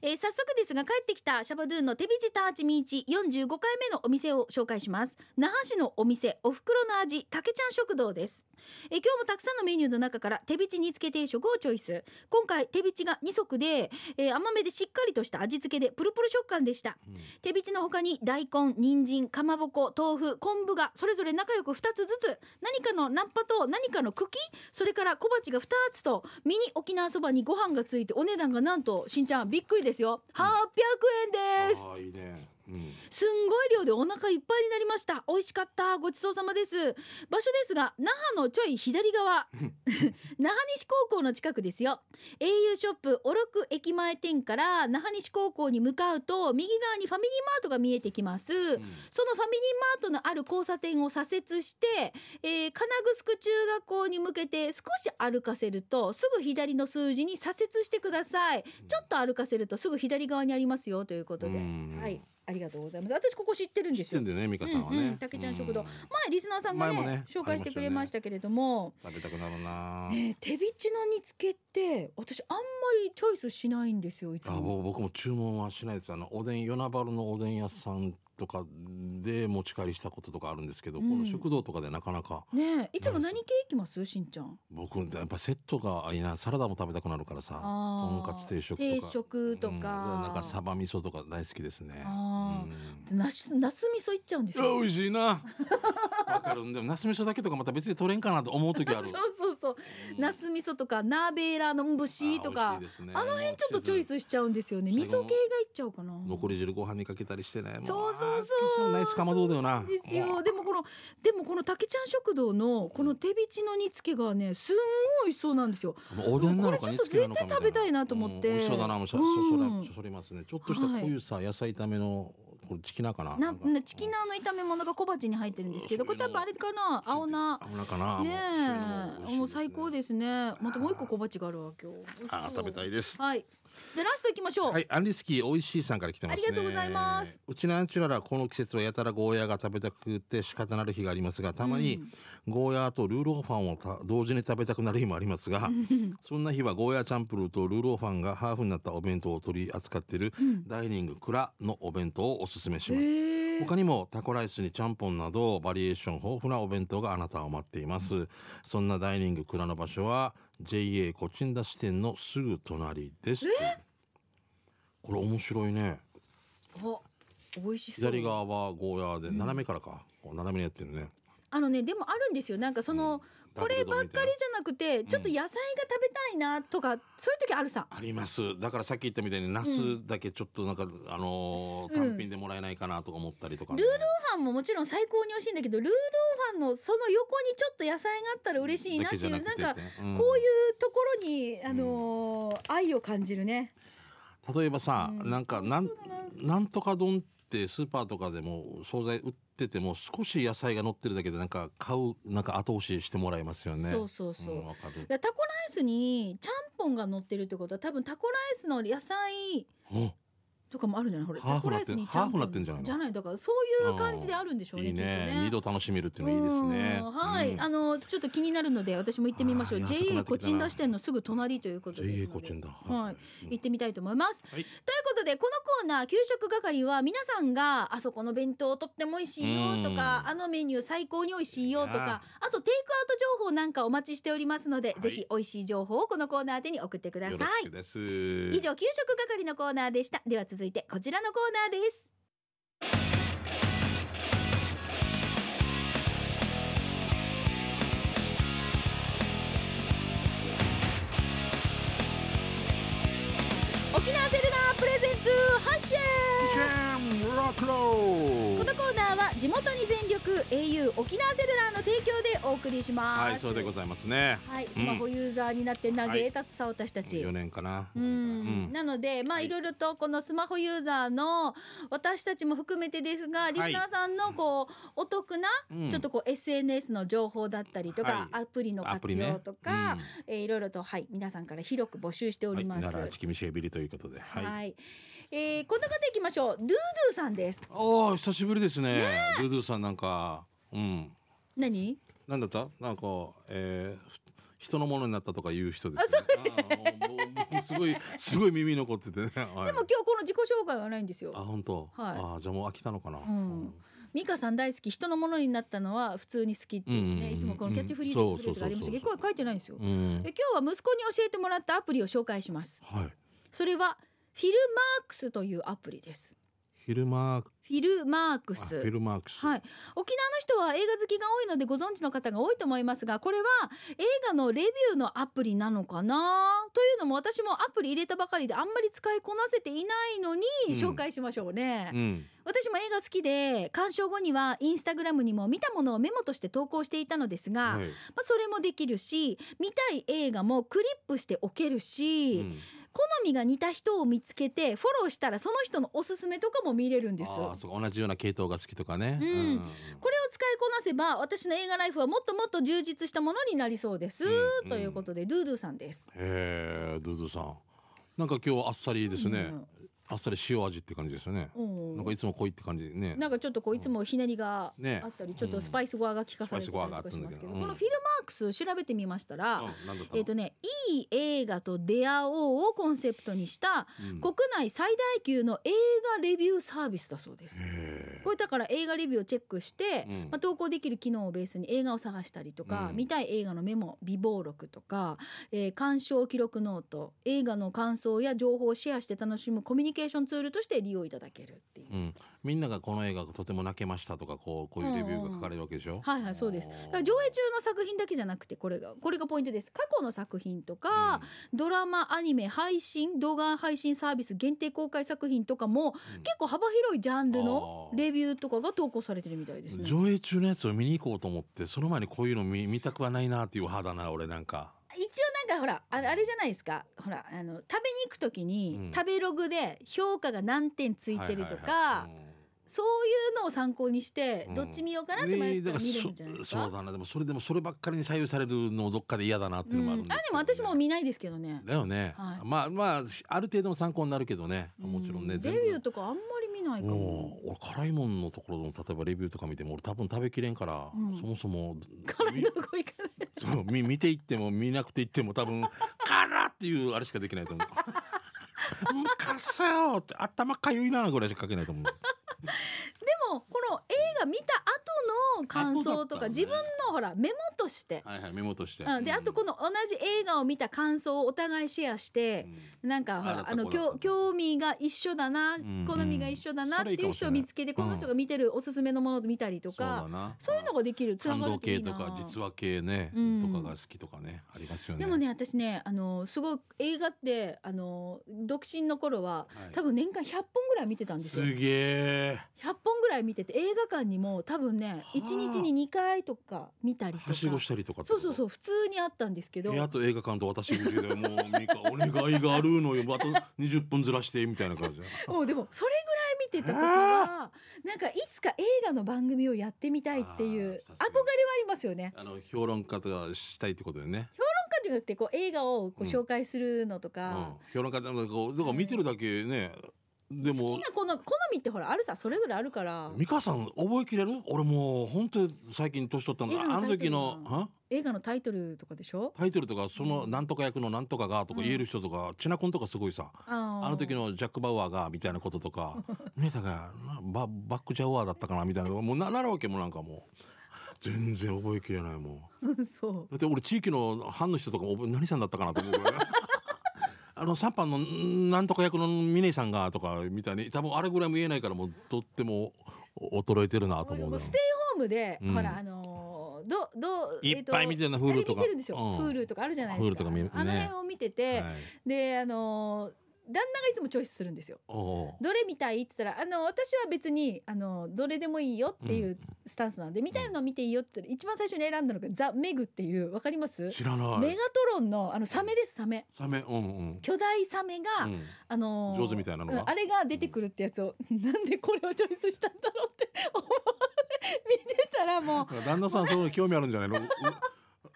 [SPEAKER 1] えー早速ですが帰ってきたシャバドゥンの手ビジターチミーチ45回目のお店を紹介します那覇市のお店おふくろの味たけちゃん食堂です、えー今日もたくさんのメニューの中から手びち煮つけ定食をチョイス今回手びちが2足で、えー甘めでしっかりとした味付けでプルプル食感でした手びちの他に大根人参かまぼこ豆腐昆布がそれぞれ仲良く2つずつ何かのナッパと何かの茎それから小鉢が2つとミニ沖縄そばにご飯がついてお値段がなんとしんちゃんびっくりですよ800円です、
[SPEAKER 2] ああいいねうん
[SPEAKER 1] すんごい量でお腹いっぱいになりました美味しかったごちそうさまです場所ですが那覇のちょい左 側那覇西高校の近くですよ au ショップおろく駅前店から那覇西高校に向かうと右側にファミリーマートが見えてきます、
[SPEAKER 2] うん
[SPEAKER 1] そのファミリーマートのある交差点を左折して、えー金城中学校に向けて少し歩かせるとすぐ左の数字に左折してくださいちょっと歩かせるとすぐ左側にありますよということで、
[SPEAKER 2] うん
[SPEAKER 1] はいありがとうございます私ここ知ってるんで
[SPEAKER 2] 知っ
[SPEAKER 1] す
[SPEAKER 2] て
[SPEAKER 1] よ
[SPEAKER 2] んだよね美香さんは
[SPEAKER 1] うんうん
[SPEAKER 2] ね
[SPEAKER 1] 竹ちゃん食堂
[SPEAKER 2] う
[SPEAKER 1] 前リスナーさんがね
[SPEAKER 2] 前もね
[SPEAKER 1] 紹介してくれましたけれども、
[SPEAKER 2] 食べたくなるな
[SPEAKER 1] ねえ手びちの煮付けって私あんまりチョイスしないんですよいつ
[SPEAKER 2] あ
[SPEAKER 1] も
[SPEAKER 2] 僕僕も注文はしないですあのおでん与那原のおでん屋さんとかで持ち帰りしたこととかあるんですけど、
[SPEAKER 1] うん
[SPEAKER 2] この食堂とかでなかなか
[SPEAKER 1] ねえいつも何系いきますしんちゃん
[SPEAKER 2] 僕やっぱセットがいいなサラダも食べたくなるからさと
[SPEAKER 1] あ
[SPEAKER 2] ん
[SPEAKER 1] ー
[SPEAKER 2] かつ定食とか
[SPEAKER 1] 定食とか,、
[SPEAKER 2] うんなんかサバ味噌とか大好きですね
[SPEAKER 1] あ
[SPEAKER 2] うん
[SPEAKER 1] なすなす味噌いっちゃうんで
[SPEAKER 2] い
[SPEAKER 1] す
[SPEAKER 2] や
[SPEAKER 1] よ。
[SPEAKER 2] 美味しいなわかるんでもなす味噌だけとかまた別に取れんかなと思う時あ
[SPEAKER 1] そ
[SPEAKER 2] る
[SPEAKER 1] うそうそう、なす味噌とかナーベーラーのぶしとかあ,、の辺ちょっとチョイ
[SPEAKER 2] ス
[SPEAKER 1] スしちゃうんですよね
[SPEAKER 2] そ
[SPEAKER 1] 味
[SPEAKER 2] れ
[SPEAKER 1] 噌系がいっちゃうかな
[SPEAKER 2] 残り汁ご飯にかけたりしてねも
[SPEAKER 1] そうそう
[SPEAKER 2] あ
[SPEAKER 1] そ
[SPEAKER 2] ー
[SPEAKER 1] う
[SPEAKER 2] ナイスかまどうだよな
[SPEAKER 1] ですよでもこのでもこの竹ちゃん食堂のこの手びちの煮付けがねすんごい美味しそうなんですよ
[SPEAKER 2] もうおでんなのか煮付けなのか
[SPEAKER 1] これちょっと
[SPEAKER 2] み
[SPEAKER 1] 絶対食べたいなと思って
[SPEAKER 2] うん美味しそうだなもうしゃ、
[SPEAKER 1] うん
[SPEAKER 2] そそそそりますねちょっとしたこ
[SPEAKER 1] はいう
[SPEAKER 2] いうさ野菜炒めのこれチキナかな
[SPEAKER 1] な
[SPEAKER 2] なんか
[SPEAKER 1] なチキナーの炒め物が小鉢に入ってるんですけど
[SPEAKER 2] うん
[SPEAKER 1] これ多分あれかな青菜
[SPEAKER 2] 青菜かな
[SPEAKER 1] ね
[SPEAKER 2] もうそういうのも美味しいです
[SPEAKER 1] え
[SPEAKER 2] ね
[SPEAKER 1] もう最高ですねまたもう一個小鉢があるわけよ
[SPEAKER 2] あー食べたいです
[SPEAKER 1] はいじゃあラストいきましょう、
[SPEAKER 2] はい、アンリスキーおいしいさんから来てますね。
[SPEAKER 1] ありがとうございます。
[SPEAKER 2] うちのアンチュラらこの季節はやたらゴーヤが食べたくて仕方なる日がありますが、たまにゴーヤーとルーローファンをた同時に食べたくなる日もありますが、そんな日はゴーヤーチャンプルーとルーローファンがハーフになったお弁当を取り扱っている
[SPEAKER 1] うん
[SPEAKER 2] ダイニング蔵のお弁当をおすすめし
[SPEAKER 1] へ
[SPEAKER 2] ます。
[SPEAKER 1] え
[SPEAKER 2] 他にもタコライスにちゃんぽんなどバリエーション豊富なお弁当があなたを待っています、そんなダイニング蔵の場所は JA コチンダ支店のすぐ隣ですこれ面白いね
[SPEAKER 1] あ美味しそう
[SPEAKER 2] 左側はゴーヤーで斜めからか、こう斜めにやってるね
[SPEAKER 1] あのねでもあるんですよなんかその、
[SPEAKER 2] うん
[SPEAKER 1] こればっかりじゃなくて
[SPEAKER 2] ん
[SPEAKER 1] ちょっと野菜が食べたいなとか、そういう時あるさ
[SPEAKER 2] ありますだからさっき言ったみたいにナスだけちょっとなんか、あのー
[SPEAKER 1] うん
[SPEAKER 2] 単品でもらえないかなとか思ったりとかね、
[SPEAKER 1] ルーローファンももちろん最高に美味しいんだけどルーローファンのその横にちょっと野菜があったら嬉しいなっていうな
[SPEAKER 2] だ
[SPEAKER 1] ん
[SPEAKER 2] けじゃ
[SPEAKER 1] か
[SPEAKER 2] くてって
[SPEAKER 1] こういうところにあのー愛を感じるね
[SPEAKER 2] うん例えばさ、
[SPEAKER 1] うん
[SPEAKER 2] なんかなん
[SPEAKER 1] そうだな
[SPEAKER 2] なんとか丼ってスーパーとかでも惣菜売ってても少し野菜が乗ってるだけでなんか買うなんか後押ししてもらえますよね。
[SPEAKER 1] そうそうそう、
[SPEAKER 2] んわかる
[SPEAKER 1] だからタコライスにちゃんぽんが乗ってるってことは多分タコライスの野菜
[SPEAKER 2] お
[SPEAKER 1] とかもあるんじゃないほれ
[SPEAKER 2] ハーフなって
[SPEAKER 1] タコライスにちゃんこ
[SPEAKER 2] ハーフなってんじゃないの
[SPEAKER 1] じゃないだからそういう感じであるんでしょうね
[SPEAKER 2] いいね
[SPEAKER 1] きっと
[SPEAKER 2] 二度楽しめるっていうのいいですね
[SPEAKER 1] うんはい、
[SPEAKER 2] うん
[SPEAKER 1] あのちょっと気になるので私も行ってみましょう
[SPEAKER 2] あーいや遅く
[SPEAKER 1] JA
[SPEAKER 2] なって
[SPEAKER 1] コ
[SPEAKER 2] きた
[SPEAKER 1] チ
[SPEAKER 2] な
[SPEAKER 1] ンダ支店のすぐ隣ということですの
[SPEAKER 2] JA
[SPEAKER 1] で
[SPEAKER 2] コチンだ
[SPEAKER 1] はい、行ってみたいと思います、
[SPEAKER 2] は
[SPEAKER 1] とい
[SPEAKER 2] い
[SPEAKER 1] うことでこのコーナー給食係は皆さんがあそこの弁当とっても美味しいよとか
[SPEAKER 2] うん
[SPEAKER 1] あのメニュー最高に美味しいよと
[SPEAKER 2] いや
[SPEAKER 1] かあとテイクアウト情報なんかお待ちしておりますので、
[SPEAKER 2] い
[SPEAKER 1] ぜひ美味しい情報をこのコーナー宛てに送ってくだ
[SPEAKER 2] よ
[SPEAKER 1] さ
[SPEAKER 2] ろ
[SPEAKER 1] い
[SPEAKER 2] しくです
[SPEAKER 1] 以上給食係のコーナーでしたでは続いてこちらのコーナーです沖縄セルナープレゼンツ発信
[SPEAKER 2] ジャムロックロー
[SPEAKER 1] このコーナーは地元に全力 au 沖縄セルラーの提供でお送りします
[SPEAKER 2] はいそうでございますね
[SPEAKER 1] はいスマホユーザーになって嘆いたつさ私たち、
[SPEAKER 2] 四年かな
[SPEAKER 1] うん、なのでまあ
[SPEAKER 2] はい
[SPEAKER 1] いろいろとこのスマホユーザーの私たちも含めてですがリスナーさんのこうお得な
[SPEAKER 2] うん
[SPEAKER 1] ちょっとこう SNS の情報だったりとか
[SPEAKER 2] は
[SPEAKER 1] アプリの
[SPEAKER 2] アプ
[SPEAKER 1] 活
[SPEAKER 2] リね
[SPEAKER 1] 用とかえーいろいろとはい皆さんから広く募集してお
[SPEAKER 2] うんは
[SPEAKER 1] り
[SPEAKER 2] い
[SPEAKER 1] ます。
[SPEAKER 2] 奈良チキミシェビリということではい
[SPEAKER 1] はい、えーこんな方いきましょうドゥドゥさんです。
[SPEAKER 2] おー久しぶりですねドゥドゥさんなんかうん
[SPEAKER 1] 何？
[SPEAKER 2] なんだったなんかえーふ人のものになったとか言う人です、ね。あーもうもうすごいすごい耳に残っててね。はい
[SPEAKER 1] でも今日この自己紹介はないんです
[SPEAKER 2] あ
[SPEAKER 1] よ。
[SPEAKER 2] 本当。
[SPEAKER 1] はい
[SPEAKER 2] あーじゃあもう飽きたのかな。
[SPEAKER 1] ん美香さん大好き人のものになったのは普通に好きっていうね、
[SPEAKER 2] う
[SPEAKER 1] い
[SPEAKER 2] ん
[SPEAKER 1] つもこのキャッチフリーズ
[SPEAKER 2] うん
[SPEAKER 1] フレーズがありましたけど
[SPEAKER 2] そう
[SPEAKER 1] 今
[SPEAKER 2] そうそうそ
[SPEAKER 1] 日は
[SPEAKER 2] う
[SPEAKER 1] 書いてないんですよ。
[SPEAKER 2] うん。うん
[SPEAKER 1] え今日は息子に教えてもらったアプリを紹介します
[SPEAKER 2] はい。
[SPEAKER 1] それはフィルマークスというアプリです
[SPEAKER 2] フィルマーク
[SPEAKER 1] フィルマーク
[SPEAKER 2] あ
[SPEAKER 1] ス
[SPEAKER 2] フィルマークス。
[SPEAKER 1] はい、沖縄の人は映画好きが多いのでご存知の方が多いと思いますがこれは映画のレビューのアプリなのかなというのも私もアプリ入れたばかりであんまり使いこなせていないのに
[SPEAKER 2] うん
[SPEAKER 1] 紹介しましょうね、
[SPEAKER 2] うん。
[SPEAKER 1] 私も映画好きで鑑賞後にはインスタグラムにも見たものをメモとして投稿していたのですが、
[SPEAKER 2] はい。
[SPEAKER 1] まあ、それもできるし見たい映画もクリップしておけるし、
[SPEAKER 2] うん
[SPEAKER 1] 好みが似た人を見つけてフォローしたらその人のおすすめとかも見れるんです。
[SPEAKER 2] ああそうか同じような系統が好きとかね。
[SPEAKER 1] うん
[SPEAKER 2] ん
[SPEAKER 1] これを使いこなせば私の映画ライフはもっともっと充実したものになりそうです、
[SPEAKER 2] うん
[SPEAKER 1] ということでドゥドゥさんです。
[SPEAKER 2] へえドゥドゥさん。なんか今日あっさりですね。あっさり塩味って感じですよね。
[SPEAKER 1] うん。
[SPEAKER 2] なんかいつも濃いって感じね。
[SPEAKER 1] なんかちょっとこういつもひねりが
[SPEAKER 2] ね
[SPEAKER 1] あったり、ちょっとスパイスゴアが効かされてたりとかしますけど、このフィルマークス調べてみましたら、
[SPEAKER 2] うんなんだったの
[SPEAKER 1] えっ、とねいい映画と出会おうをコンセプトにした
[SPEAKER 2] うん
[SPEAKER 1] 国内最大級の映画レビューサービスだそうです。
[SPEAKER 2] へえ
[SPEAKER 1] これだから映画レビューをチェックして、
[SPEAKER 2] うん
[SPEAKER 1] まあ、投稿できる機能をベースに映画を探したりとか、
[SPEAKER 2] うん
[SPEAKER 1] 見たい映画のメモ備忘録とか、えー鑑賞記録ノート映画の感想や情報をシェアして楽しむコミュニケーションツールとして利用いただけるっていう。
[SPEAKER 2] うん、みんながこの映画がとても泣けましたとかこうこういうレビューが書かれるわけでしょ、
[SPEAKER 1] はいはいそうです。だから上映中の作品だけじゃなくてこれがこれがポイントです。過去の作品とか、ドラマアニメ配信動画配信サービス限定公開作品とかも、
[SPEAKER 2] うん
[SPEAKER 1] 結構幅広いジャンルの
[SPEAKER 2] あー
[SPEAKER 1] レビューとかが投稿されてるみたいですね。
[SPEAKER 2] 上映中のやつを見に行こうと思ってその前にこういうの見見たくはないなっていう派だな俺なんか
[SPEAKER 1] 一応なんかほらあれあれじゃないですかほらあの食べに行く時に、
[SPEAKER 2] うん
[SPEAKER 1] 食べログで評価が何点ついてるとか、
[SPEAKER 2] はいはいはい
[SPEAKER 1] そういうのを参考にして、
[SPEAKER 2] うん
[SPEAKER 1] どっち見ようかなっ
[SPEAKER 2] ね
[SPEAKER 1] て
[SPEAKER 2] え
[SPEAKER 1] 迷った
[SPEAKER 2] だ
[SPEAKER 1] ら
[SPEAKER 2] から
[SPEAKER 1] 見れるんじゃないです
[SPEAKER 2] そ
[SPEAKER 1] か。
[SPEAKER 2] そうだなでもそれでもそればっかりに左右されるのどっかで嫌だなっていうのもあ
[SPEAKER 1] う
[SPEAKER 2] るん
[SPEAKER 1] ん
[SPEAKER 2] で
[SPEAKER 1] あ
[SPEAKER 2] す
[SPEAKER 1] で
[SPEAKER 2] けど
[SPEAKER 1] も
[SPEAKER 2] ね
[SPEAKER 1] 私も見ないですけどね。
[SPEAKER 2] だよね、
[SPEAKER 1] はい
[SPEAKER 2] まあまあある程度の参考になるけどねもちろんね、
[SPEAKER 1] う
[SPEAKER 2] 全
[SPEAKER 1] デ
[SPEAKER 2] 部
[SPEAKER 1] ビューとかあんまり見ないかも。
[SPEAKER 2] うん俺辛いもんのところの例えばレビューとか見ても俺多分食べきれんから、
[SPEAKER 1] うん
[SPEAKER 2] そもそも
[SPEAKER 1] 辛いのこ行かない。
[SPEAKER 2] そうみ見ていっても見なくていっても多分 「辛っ!」っていうあれしかできないと思う。うん辛っさよって頭かゆいなぐらいしか書けないと思う。
[SPEAKER 1] でもこの映画見た後の感想とか、
[SPEAKER 2] 後だったのね
[SPEAKER 1] 自分のほらメモとして。
[SPEAKER 2] はいはいメモとして。
[SPEAKER 1] うん、であとこの同じ映画を見た感想をお互いシェアして、なんかほ
[SPEAKER 2] あだっ
[SPEAKER 1] ら
[SPEAKER 2] た
[SPEAKER 1] あの
[SPEAKER 2] こうだった
[SPEAKER 1] 興興味が一緒だな、
[SPEAKER 2] ん
[SPEAKER 1] 好みが一緒だなっ
[SPEAKER 2] そ
[SPEAKER 1] て
[SPEAKER 2] れいい
[SPEAKER 1] い
[SPEAKER 2] か
[SPEAKER 1] う
[SPEAKER 2] もし
[SPEAKER 1] 人
[SPEAKER 2] れ
[SPEAKER 1] を
[SPEAKER 2] ない
[SPEAKER 1] 見つけてこの人が見てるおすすめのものを見たりと
[SPEAKER 2] とそう
[SPEAKER 1] か
[SPEAKER 2] だ、な。
[SPEAKER 1] そういうのができるつな
[SPEAKER 2] 感
[SPEAKER 1] がる
[SPEAKER 2] 動
[SPEAKER 1] とい
[SPEAKER 2] 系
[SPEAKER 1] いな
[SPEAKER 2] とか実話系ね、
[SPEAKER 1] うん
[SPEAKER 2] とかが好きとかねありますよね。
[SPEAKER 1] でもね私ねあのすごい映画ってあの独身の頃は
[SPEAKER 2] はい
[SPEAKER 1] 多分年間100本ぐらい見てたんです
[SPEAKER 2] す
[SPEAKER 1] よ。
[SPEAKER 2] げえ
[SPEAKER 1] 100本ぐらい見てて映画館にも多分ね
[SPEAKER 2] はあ
[SPEAKER 1] 1日に2回とか見たりとか
[SPEAKER 2] はしごしたりとかって
[SPEAKER 1] そ
[SPEAKER 2] こ
[SPEAKER 1] う
[SPEAKER 2] と
[SPEAKER 1] そうそう普通にあったんですけど
[SPEAKER 2] 部屋と映画館と私の家でもうミカお願いがあるの よあと20分ずらしてみたいな感じ。
[SPEAKER 1] もうでもそれぐらい見てた時はなんかいつか映画の番組をやってみたいっていう憧れは
[SPEAKER 2] あーさすが
[SPEAKER 1] ありますよね。
[SPEAKER 2] あの評論家とかしたいってことだよね。
[SPEAKER 1] なんかじゃなくてこう映画をこう
[SPEAKER 2] うん
[SPEAKER 1] 紹介するのと
[SPEAKER 2] う
[SPEAKER 1] か
[SPEAKER 2] ん、評論家なんかこうだから見てるだけね、で
[SPEAKER 1] 好
[SPEAKER 2] も
[SPEAKER 1] きな好み好みってほらあるさそれぞれあるから
[SPEAKER 2] 美香さん覚えきれる俺もう本当に最近年取ったん
[SPEAKER 1] 映
[SPEAKER 2] だ
[SPEAKER 1] 画の
[SPEAKER 2] あの時
[SPEAKER 1] タ
[SPEAKER 2] の
[SPEAKER 1] イトル
[SPEAKER 2] は
[SPEAKER 1] 映画のタイトルとかでしょ
[SPEAKER 2] タイトルとかそのなんとか役のなんとかがとか言える人とか、ちなこんとかすごいさ
[SPEAKER 1] あ
[SPEAKER 2] あの時
[SPEAKER 1] の
[SPEAKER 2] のジャック・バウアーがみたいなこととか見えたかなババック・ジャウアーだったかなみたいなもうななるわけもうなんかもう全然覚えきれないもう
[SPEAKER 1] そう
[SPEAKER 2] だって俺地域の藩の人とかも覚え何さんだったかなと思うから あの三班のんなんとか役の峰井さんがとかみたいに多分あれぐらいも言えないからもうとってもお衰えてるなと思う
[SPEAKER 1] も
[SPEAKER 2] な
[SPEAKER 1] うステイホームで、
[SPEAKER 2] うん
[SPEAKER 1] ほらあのーどど
[SPEAKER 2] いっぱい見てるなフールとか
[SPEAKER 1] あれ見てるでしょ、
[SPEAKER 2] うん
[SPEAKER 1] フールとかあるじゃないですか
[SPEAKER 2] Hulu とか見るね
[SPEAKER 1] あの辺を見てて、
[SPEAKER 2] はい
[SPEAKER 1] であのー旦那がいつもチョイスするんですよ
[SPEAKER 2] おうおう
[SPEAKER 1] どれ見たいって言ったらあの私は別にあのどれでもいいよっていうスタンスなんで、見たいの見ていいよって言ったら一番最初に選んだのがザ・メグっていうわかります、
[SPEAKER 2] 知らな
[SPEAKER 1] メガ
[SPEAKER 2] い
[SPEAKER 1] トロンのあのサメですサメ
[SPEAKER 2] サメうんうん
[SPEAKER 1] 巨大サメが、
[SPEAKER 2] うん
[SPEAKER 1] あのー
[SPEAKER 2] 上手みたいなのが
[SPEAKER 1] うんあれが出てくるってやつを、なんでこれをチョイスしたんだろうって思って見てたらもう
[SPEAKER 2] 旦那さんそういうの興味あるんじゃないのう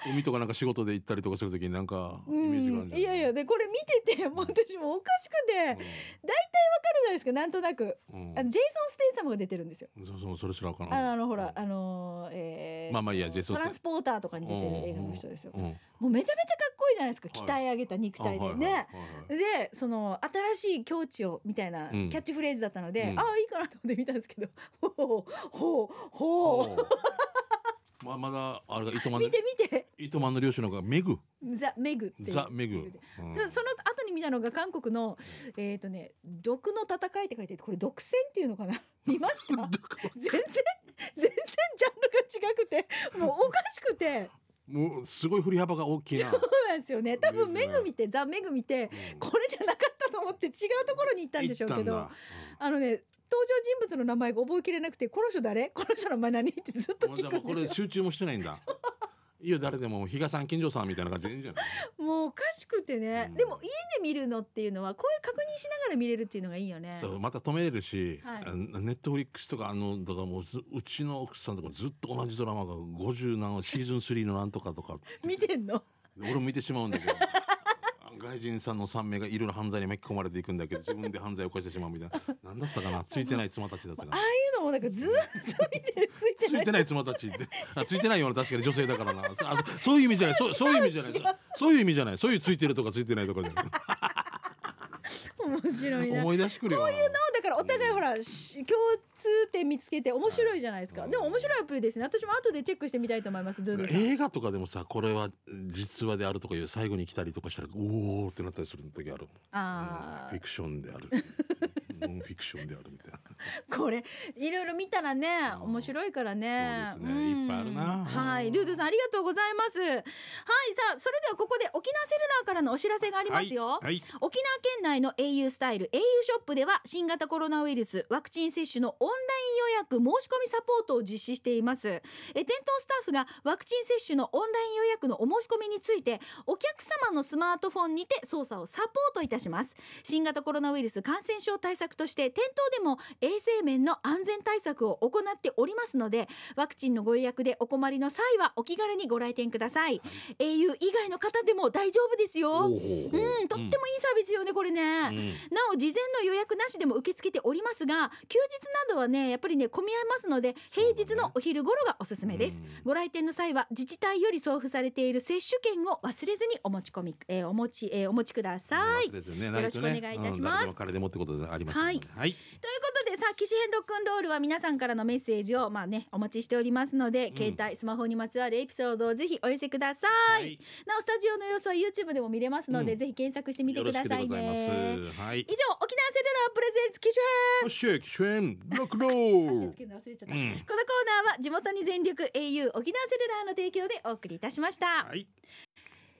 [SPEAKER 2] 海とかなんか仕事で行ったりとかするときになんか イ
[SPEAKER 1] う
[SPEAKER 2] メージがあるん
[SPEAKER 1] ん
[SPEAKER 2] じゃない
[SPEAKER 1] いやいやでこれ見ててもう私もうおかしくてわかるじゃないですかなんとなく
[SPEAKER 2] うんうん
[SPEAKER 1] あのジェイソン・ステイサムが出てるんですよ。
[SPEAKER 2] そうそうそれ知らんかな
[SPEAKER 1] あのあのほらあのーえー
[SPEAKER 2] まあまあいいやジェイソン
[SPEAKER 1] トランスポーターとかに出てる映画の人ですよ。
[SPEAKER 2] うんうん
[SPEAKER 1] もうめちゃめちゃかっこいいじゃないですか
[SPEAKER 2] はい
[SPEAKER 1] 鍛え上げた肉
[SPEAKER 2] あは
[SPEAKER 1] 体
[SPEAKER 2] いは
[SPEAKER 1] で
[SPEAKER 2] い
[SPEAKER 1] ね。
[SPEAKER 2] はいはい
[SPEAKER 1] でその新しい境地をみたいなキ
[SPEAKER 2] うん
[SPEAKER 1] ャッチフレーズだったので、
[SPEAKER 2] うん
[SPEAKER 1] ああいいかなと思って見たんです けどほうほうほう
[SPEAKER 2] おうまあまだあれが糸満 の
[SPEAKER 1] 見て見て
[SPEAKER 2] 糸満の漁師の方がメグ
[SPEAKER 1] ザ・メグっていう
[SPEAKER 2] ザメグ、うん
[SPEAKER 1] でその後に見たのが韓国のえっ、とね「毒の戦い」って書いててこれ毒戦っていうの かな見ました全然全然ジャンルが違くてもうおかしくて
[SPEAKER 2] もうすごい振り幅が大きいな、
[SPEAKER 1] そうなんですよね多分
[SPEAKER 2] メ
[SPEAKER 1] め
[SPEAKER 2] グね
[SPEAKER 1] ぐ見てザ・めぐ見て
[SPEAKER 2] うん
[SPEAKER 1] これじゃなかったと思って違うところに行ったんでしょうけ
[SPEAKER 2] 行っ
[SPEAKER 1] どあのね登場人物の名前が覚えきれなくてこの人誰この人の名前何ってずったと
[SPEAKER 2] ん
[SPEAKER 1] 聞
[SPEAKER 2] だ、うん、もうじゃあも
[SPEAKER 1] く
[SPEAKER 2] うこ
[SPEAKER 1] んで
[SPEAKER 2] れ
[SPEAKER 1] す
[SPEAKER 2] 集中もしてないんだいいよ誰でも比嘉さん金城さんみたいな感じでいいんじゃない
[SPEAKER 1] よもうおかしくてね、
[SPEAKER 2] うん
[SPEAKER 1] でも家で見るのっていうのはこういう確認しながら見れるっていうのがいいよね
[SPEAKER 2] そうまた止めれるし、
[SPEAKER 1] はい
[SPEAKER 2] あのネットフリックスとかあのだからもうずうちの奥さんとかずっと同じドラマが50何話シーズン3のなんとかとか
[SPEAKER 1] 見てんの
[SPEAKER 2] 俺も見てしまうんだけど 外人さんの3名がいろいろ犯罪に巻き込まれていくんだけど自分で犯罪を犯してしまうみたいな何だったかなついてない妻たちだったか
[SPEAKER 1] ああ
[SPEAKER 2] な。
[SPEAKER 1] いうのもなんかずーっと見てるつい
[SPEAKER 2] つ
[SPEAKER 1] てない
[SPEAKER 2] いてない妻たちってあついてないような確かに女性だからなあそそういう意味じゃないそうそういう意味じゃないそういう意味じゃないそういうついてるとかついてないとかじゃない
[SPEAKER 1] 面白いな
[SPEAKER 2] 思い出してくるよこういう
[SPEAKER 1] だからお互いほらし共通点見つけて面白いじゃないですか、
[SPEAKER 2] はい
[SPEAKER 1] でも面白いアプリですね私も後でチェックしてみたいと思いますドゥドゥさん
[SPEAKER 2] 映画とかでもさこれは実話であるとかいう最後に来たりとかしたらおおってなったりする時ある
[SPEAKER 1] あ
[SPEAKER 2] フィ
[SPEAKER 1] ー
[SPEAKER 2] クション であるノンフィクションであるみたいな
[SPEAKER 1] これいろいろ見たらね
[SPEAKER 2] うん
[SPEAKER 1] 面白いからね
[SPEAKER 2] そうですね
[SPEAKER 1] ん
[SPEAKER 2] いっぱいあるな
[SPEAKER 1] はい
[SPEAKER 2] うん
[SPEAKER 1] ルードゥさんありがとうございますはいさあそれではここで沖縄セルラーからのお知らせがありますよ、
[SPEAKER 2] はい、
[SPEAKER 1] 沖縄県内の au スタイル au ショップでは新型コロナウイルスワクチン接種のオンライン予約申し込みサポートを実施していますえ店頭スタッフがワクチン接種のオンライン予約のお申し込みについてお客様のスマートフォンにて操作をサポートいたします新型コロナウイルス感染症対策として店頭でも衛生面の安全対策を行っておりますのでワクチンのご予約でお困りの際はお気軽にご来店ください、au 以外の方でも大丈夫ですよ
[SPEAKER 2] おー
[SPEAKER 1] うん、とってもいいサービスよね、これね。
[SPEAKER 2] うん
[SPEAKER 1] なお事前の予約なしでも受け付けておりますが休日などはねやっぱりね混み合いますので
[SPEAKER 2] そ
[SPEAKER 1] 平
[SPEAKER 2] うだね
[SPEAKER 1] 日のお昼頃がおすすめです、
[SPEAKER 2] うん
[SPEAKER 1] ご来店の際は自治体より送付されている接種券を忘れずにお持ち込み、えーお持ち、えーお持ちください、
[SPEAKER 2] 忘れずにね
[SPEAKER 1] よろしくお願いいたします
[SPEAKER 2] なとねうん誰でも彼でもってことでありますからねはい
[SPEAKER 1] ということでさあ機種編ロックンロールは皆さんからのメッセージをまあねお持ちしておりますので、携帯スマホにまつわるエピソードをぜひお寄せください、
[SPEAKER 2] はい
[SPEAKER 1] なおスタジオの様子は YouTube でも見れますので、
[SPEAKER 2] うん
[SPEAKER 1] ぜひ検索してみて
[SPEAKER 2] よ
[SPEAKER 1] く
[SPEAKER 2] ろし
[SPEAKER 1] だ
[SPEAKER 2] く
[SPEAKER 1] さ
[SPEAKER 2] で
[SPEAKER 1] い
[SPEAKER 2] ございます
[SPEAKER 1] ね
[SPEAKER 2] はい
[SPEAKER 1] 以上沖縄セルラープレゼンツ機種編
[SPEAKER 2] おっしゃ主演ロックロ
[SPEAKER 1] 足
[SPEAKER 2] ー
[SPEAKER 1] を
[SPEAKER 2] ル
[SPEAKER 1] つけるの忘れちゃっ
[SPEAKER 2] う
[SPEAKER 1] た、
[SPEAKER 2] ん
[SPEAKER 1] このコーナーは地元に全力 au 沖縄セルラーの提供でお送りいたしました、
[SPEAKER 2] はい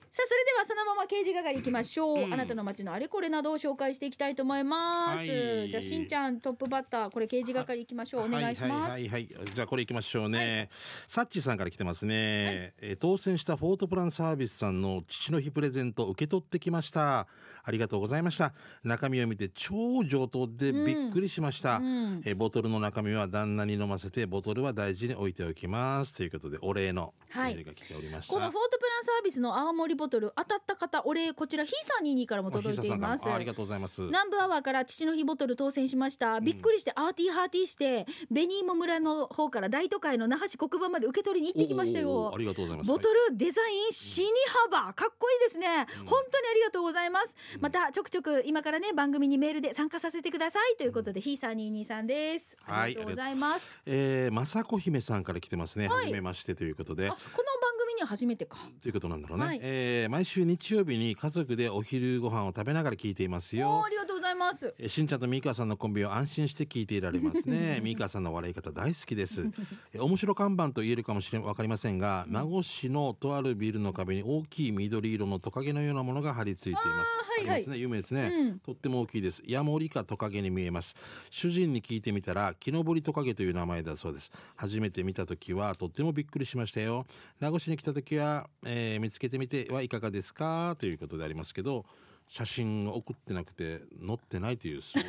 [SPEAKER 1] さあそれではそのまま刑事係いきましょう、
[SPEAKER 2] うん
[SPEAKER 1] あなたの街のあれこれなどを紹介していきたいと思います、
[SPEAKER 2] はい
[SPEAKER 1] じゃあしんちゃんトップバッターこれ刑事係いきましょうお願いします、
[SPEAKER 2] はいはいはいはい、じゃあこれいきましょうね、サッチーさんから来てますね、えー当選したフォートプランサービスさんの父の日プレゼントを受け取ってきましたありがとうございました中身を見て超上等でびっくりしました、
[SPEAKER 1] うん
[SPEAKER 2] えーボトルの中身は旦那に飲ませてボトルは大事に置いておきますということでお礼のメ
[SPEAKER 1] はい
[SPEAKER 2] ールが来ておりました、
[SPEAKER 1] このフォートプランサービスの青森ボボトル当たった方お礼こちらヒーサー22からも届いています
[SPEAKER 2] あありがとうございます。
[SPEAKER 1] 南部アワーから父の日ボトル当選しましたびっくりしてアーティーハーティーして紅芋村の方から大都会の那覇市黒板まで受け取りに行ってきましたよ
[SPEAKER 2] おおおおありがとうございます。
[SPEAKER 1] ボトルデザイン死に幅かっこいいですね、
[SPEAKER 2] うん
[SPEAKER 1] 本当にありがとうございます、
[SPEAKER 2] うん
[SPEAKER 1] またちょくちょく今からね番組にメールで参加させてくださいということで、ヒーサー22さんですあ
[SPEAKER 2] はい
[SPEAKER 1] りがとうございます、
[SPEAKER 2] えー、雅子姫さんから来てますね。
[SPEAKER 1] はい
[SPEAKER 2] 初めましてということ
[SPEAKER 1] あ
[SPEAKER 2] で
[SPEAKER 1] この。番組には初めてか
[SPEAKER 2] ということなんだろうね、
[SPEAKER 1] はい
[SPEAKER 2] えー毎週日曜日に家族でお昼ご飯を食べながら聞いています
[SPEAKER 1] おー
[SPEAKER 2] よ
[SPEAKER 1] あ。りがとうございます
[SPEAKER 2] えーしんちゃんとみーかさんのコンビを安心して聞いていられます ねみーかさんの笑い方大好きですえー面白看板と言えるかもしれわかりませんが名護市のとあるビルの壁に大きい緑色のトカゲのようなものが張り付いています
[SPEAKER 1] あーはいはい
[SPEAKER 2] ありますね有名ですね、
[SPEAKER 1] うん
[SPEAKER 2] とっても大きいですヤモリかトカゲに見えます主人に聞いてみたら木登りトカゲという名前だそうです初めて見た時はとってもびっくりしましたよ名護市に来た時は、えー見つけてみてはいかがですかということでありますけど写真を送ってなくて載ってないとい うすごい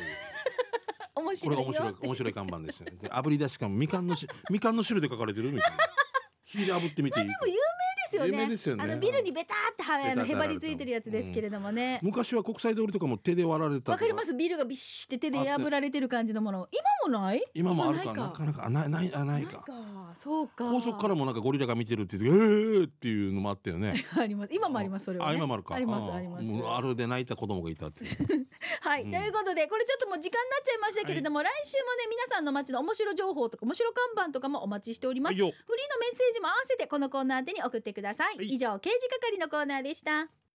[SPEAKER 1] 面
[SPEAKER 2] こ
[SPEAKER 1] 白
[SPEAKER 2] れ
[SPEAKER 1] いよ
[SPEAKER 2] 面白い面白い看板ですねで炙り出しかもみかんのしみかんの汁で書かれてるみたいな火で炙ってみていい
[SPEAKER 1] でも有名ですよね
[SPEAKER 2] 有名ですよね
[SPEAKER 1] あのビルにベターってはあの
[SPEAKER 2] ベターって
[SPEAKER 1] へばりついてるやつですけれどもね
[SPEAKER 2] 昔は国際通りとかも手で割られたと
[SPEAKER 1] わ、かりますビルがビシって手で破られてる感じのもの今もない
[SPEAKER 2] 今もあるか
[SPEAKER 1] 今
[SPEAKER 2] な
[SPEAKER 1] ないか
[SPEAKER 2] かなかあないないあないか
[SPEAKER 1] そうか
[SPEAKER 2] 高速からもなんかゴリラが見てるって言ってえーっていうのもあったよね
[SPEAKER 1] あります今 もありますそれは、ね、
[SPEAKER 2] あ今もあるか
[SPEAKER 1] あります
[SPEAKER 2] ー
[SPEAKER 1] あります
[SPEAKER 2] もうあるで泣いた子供がいたっていう
[SPEAKER 1] はい、
[SPEAKER 2] うん
[SPEAKER 1] ということでこれちょっともう時間になっちゃいましたけれども、来週もね皆さんの街の面白情報とか面白看板とかもお待ちしておりま
[SPEAKER 2] は
[SPEAKER 1] すフ
[SPEAKER 2] い
[SPEAKER 1] リー
[SPEAKER 2] よ
[SPEAKER 1] のメッセージも合わせてこのコーナー宛てに送ってください、
[SPEAKER 2] はい
[SPEAKER 1] 以上刑事係のコーナーでした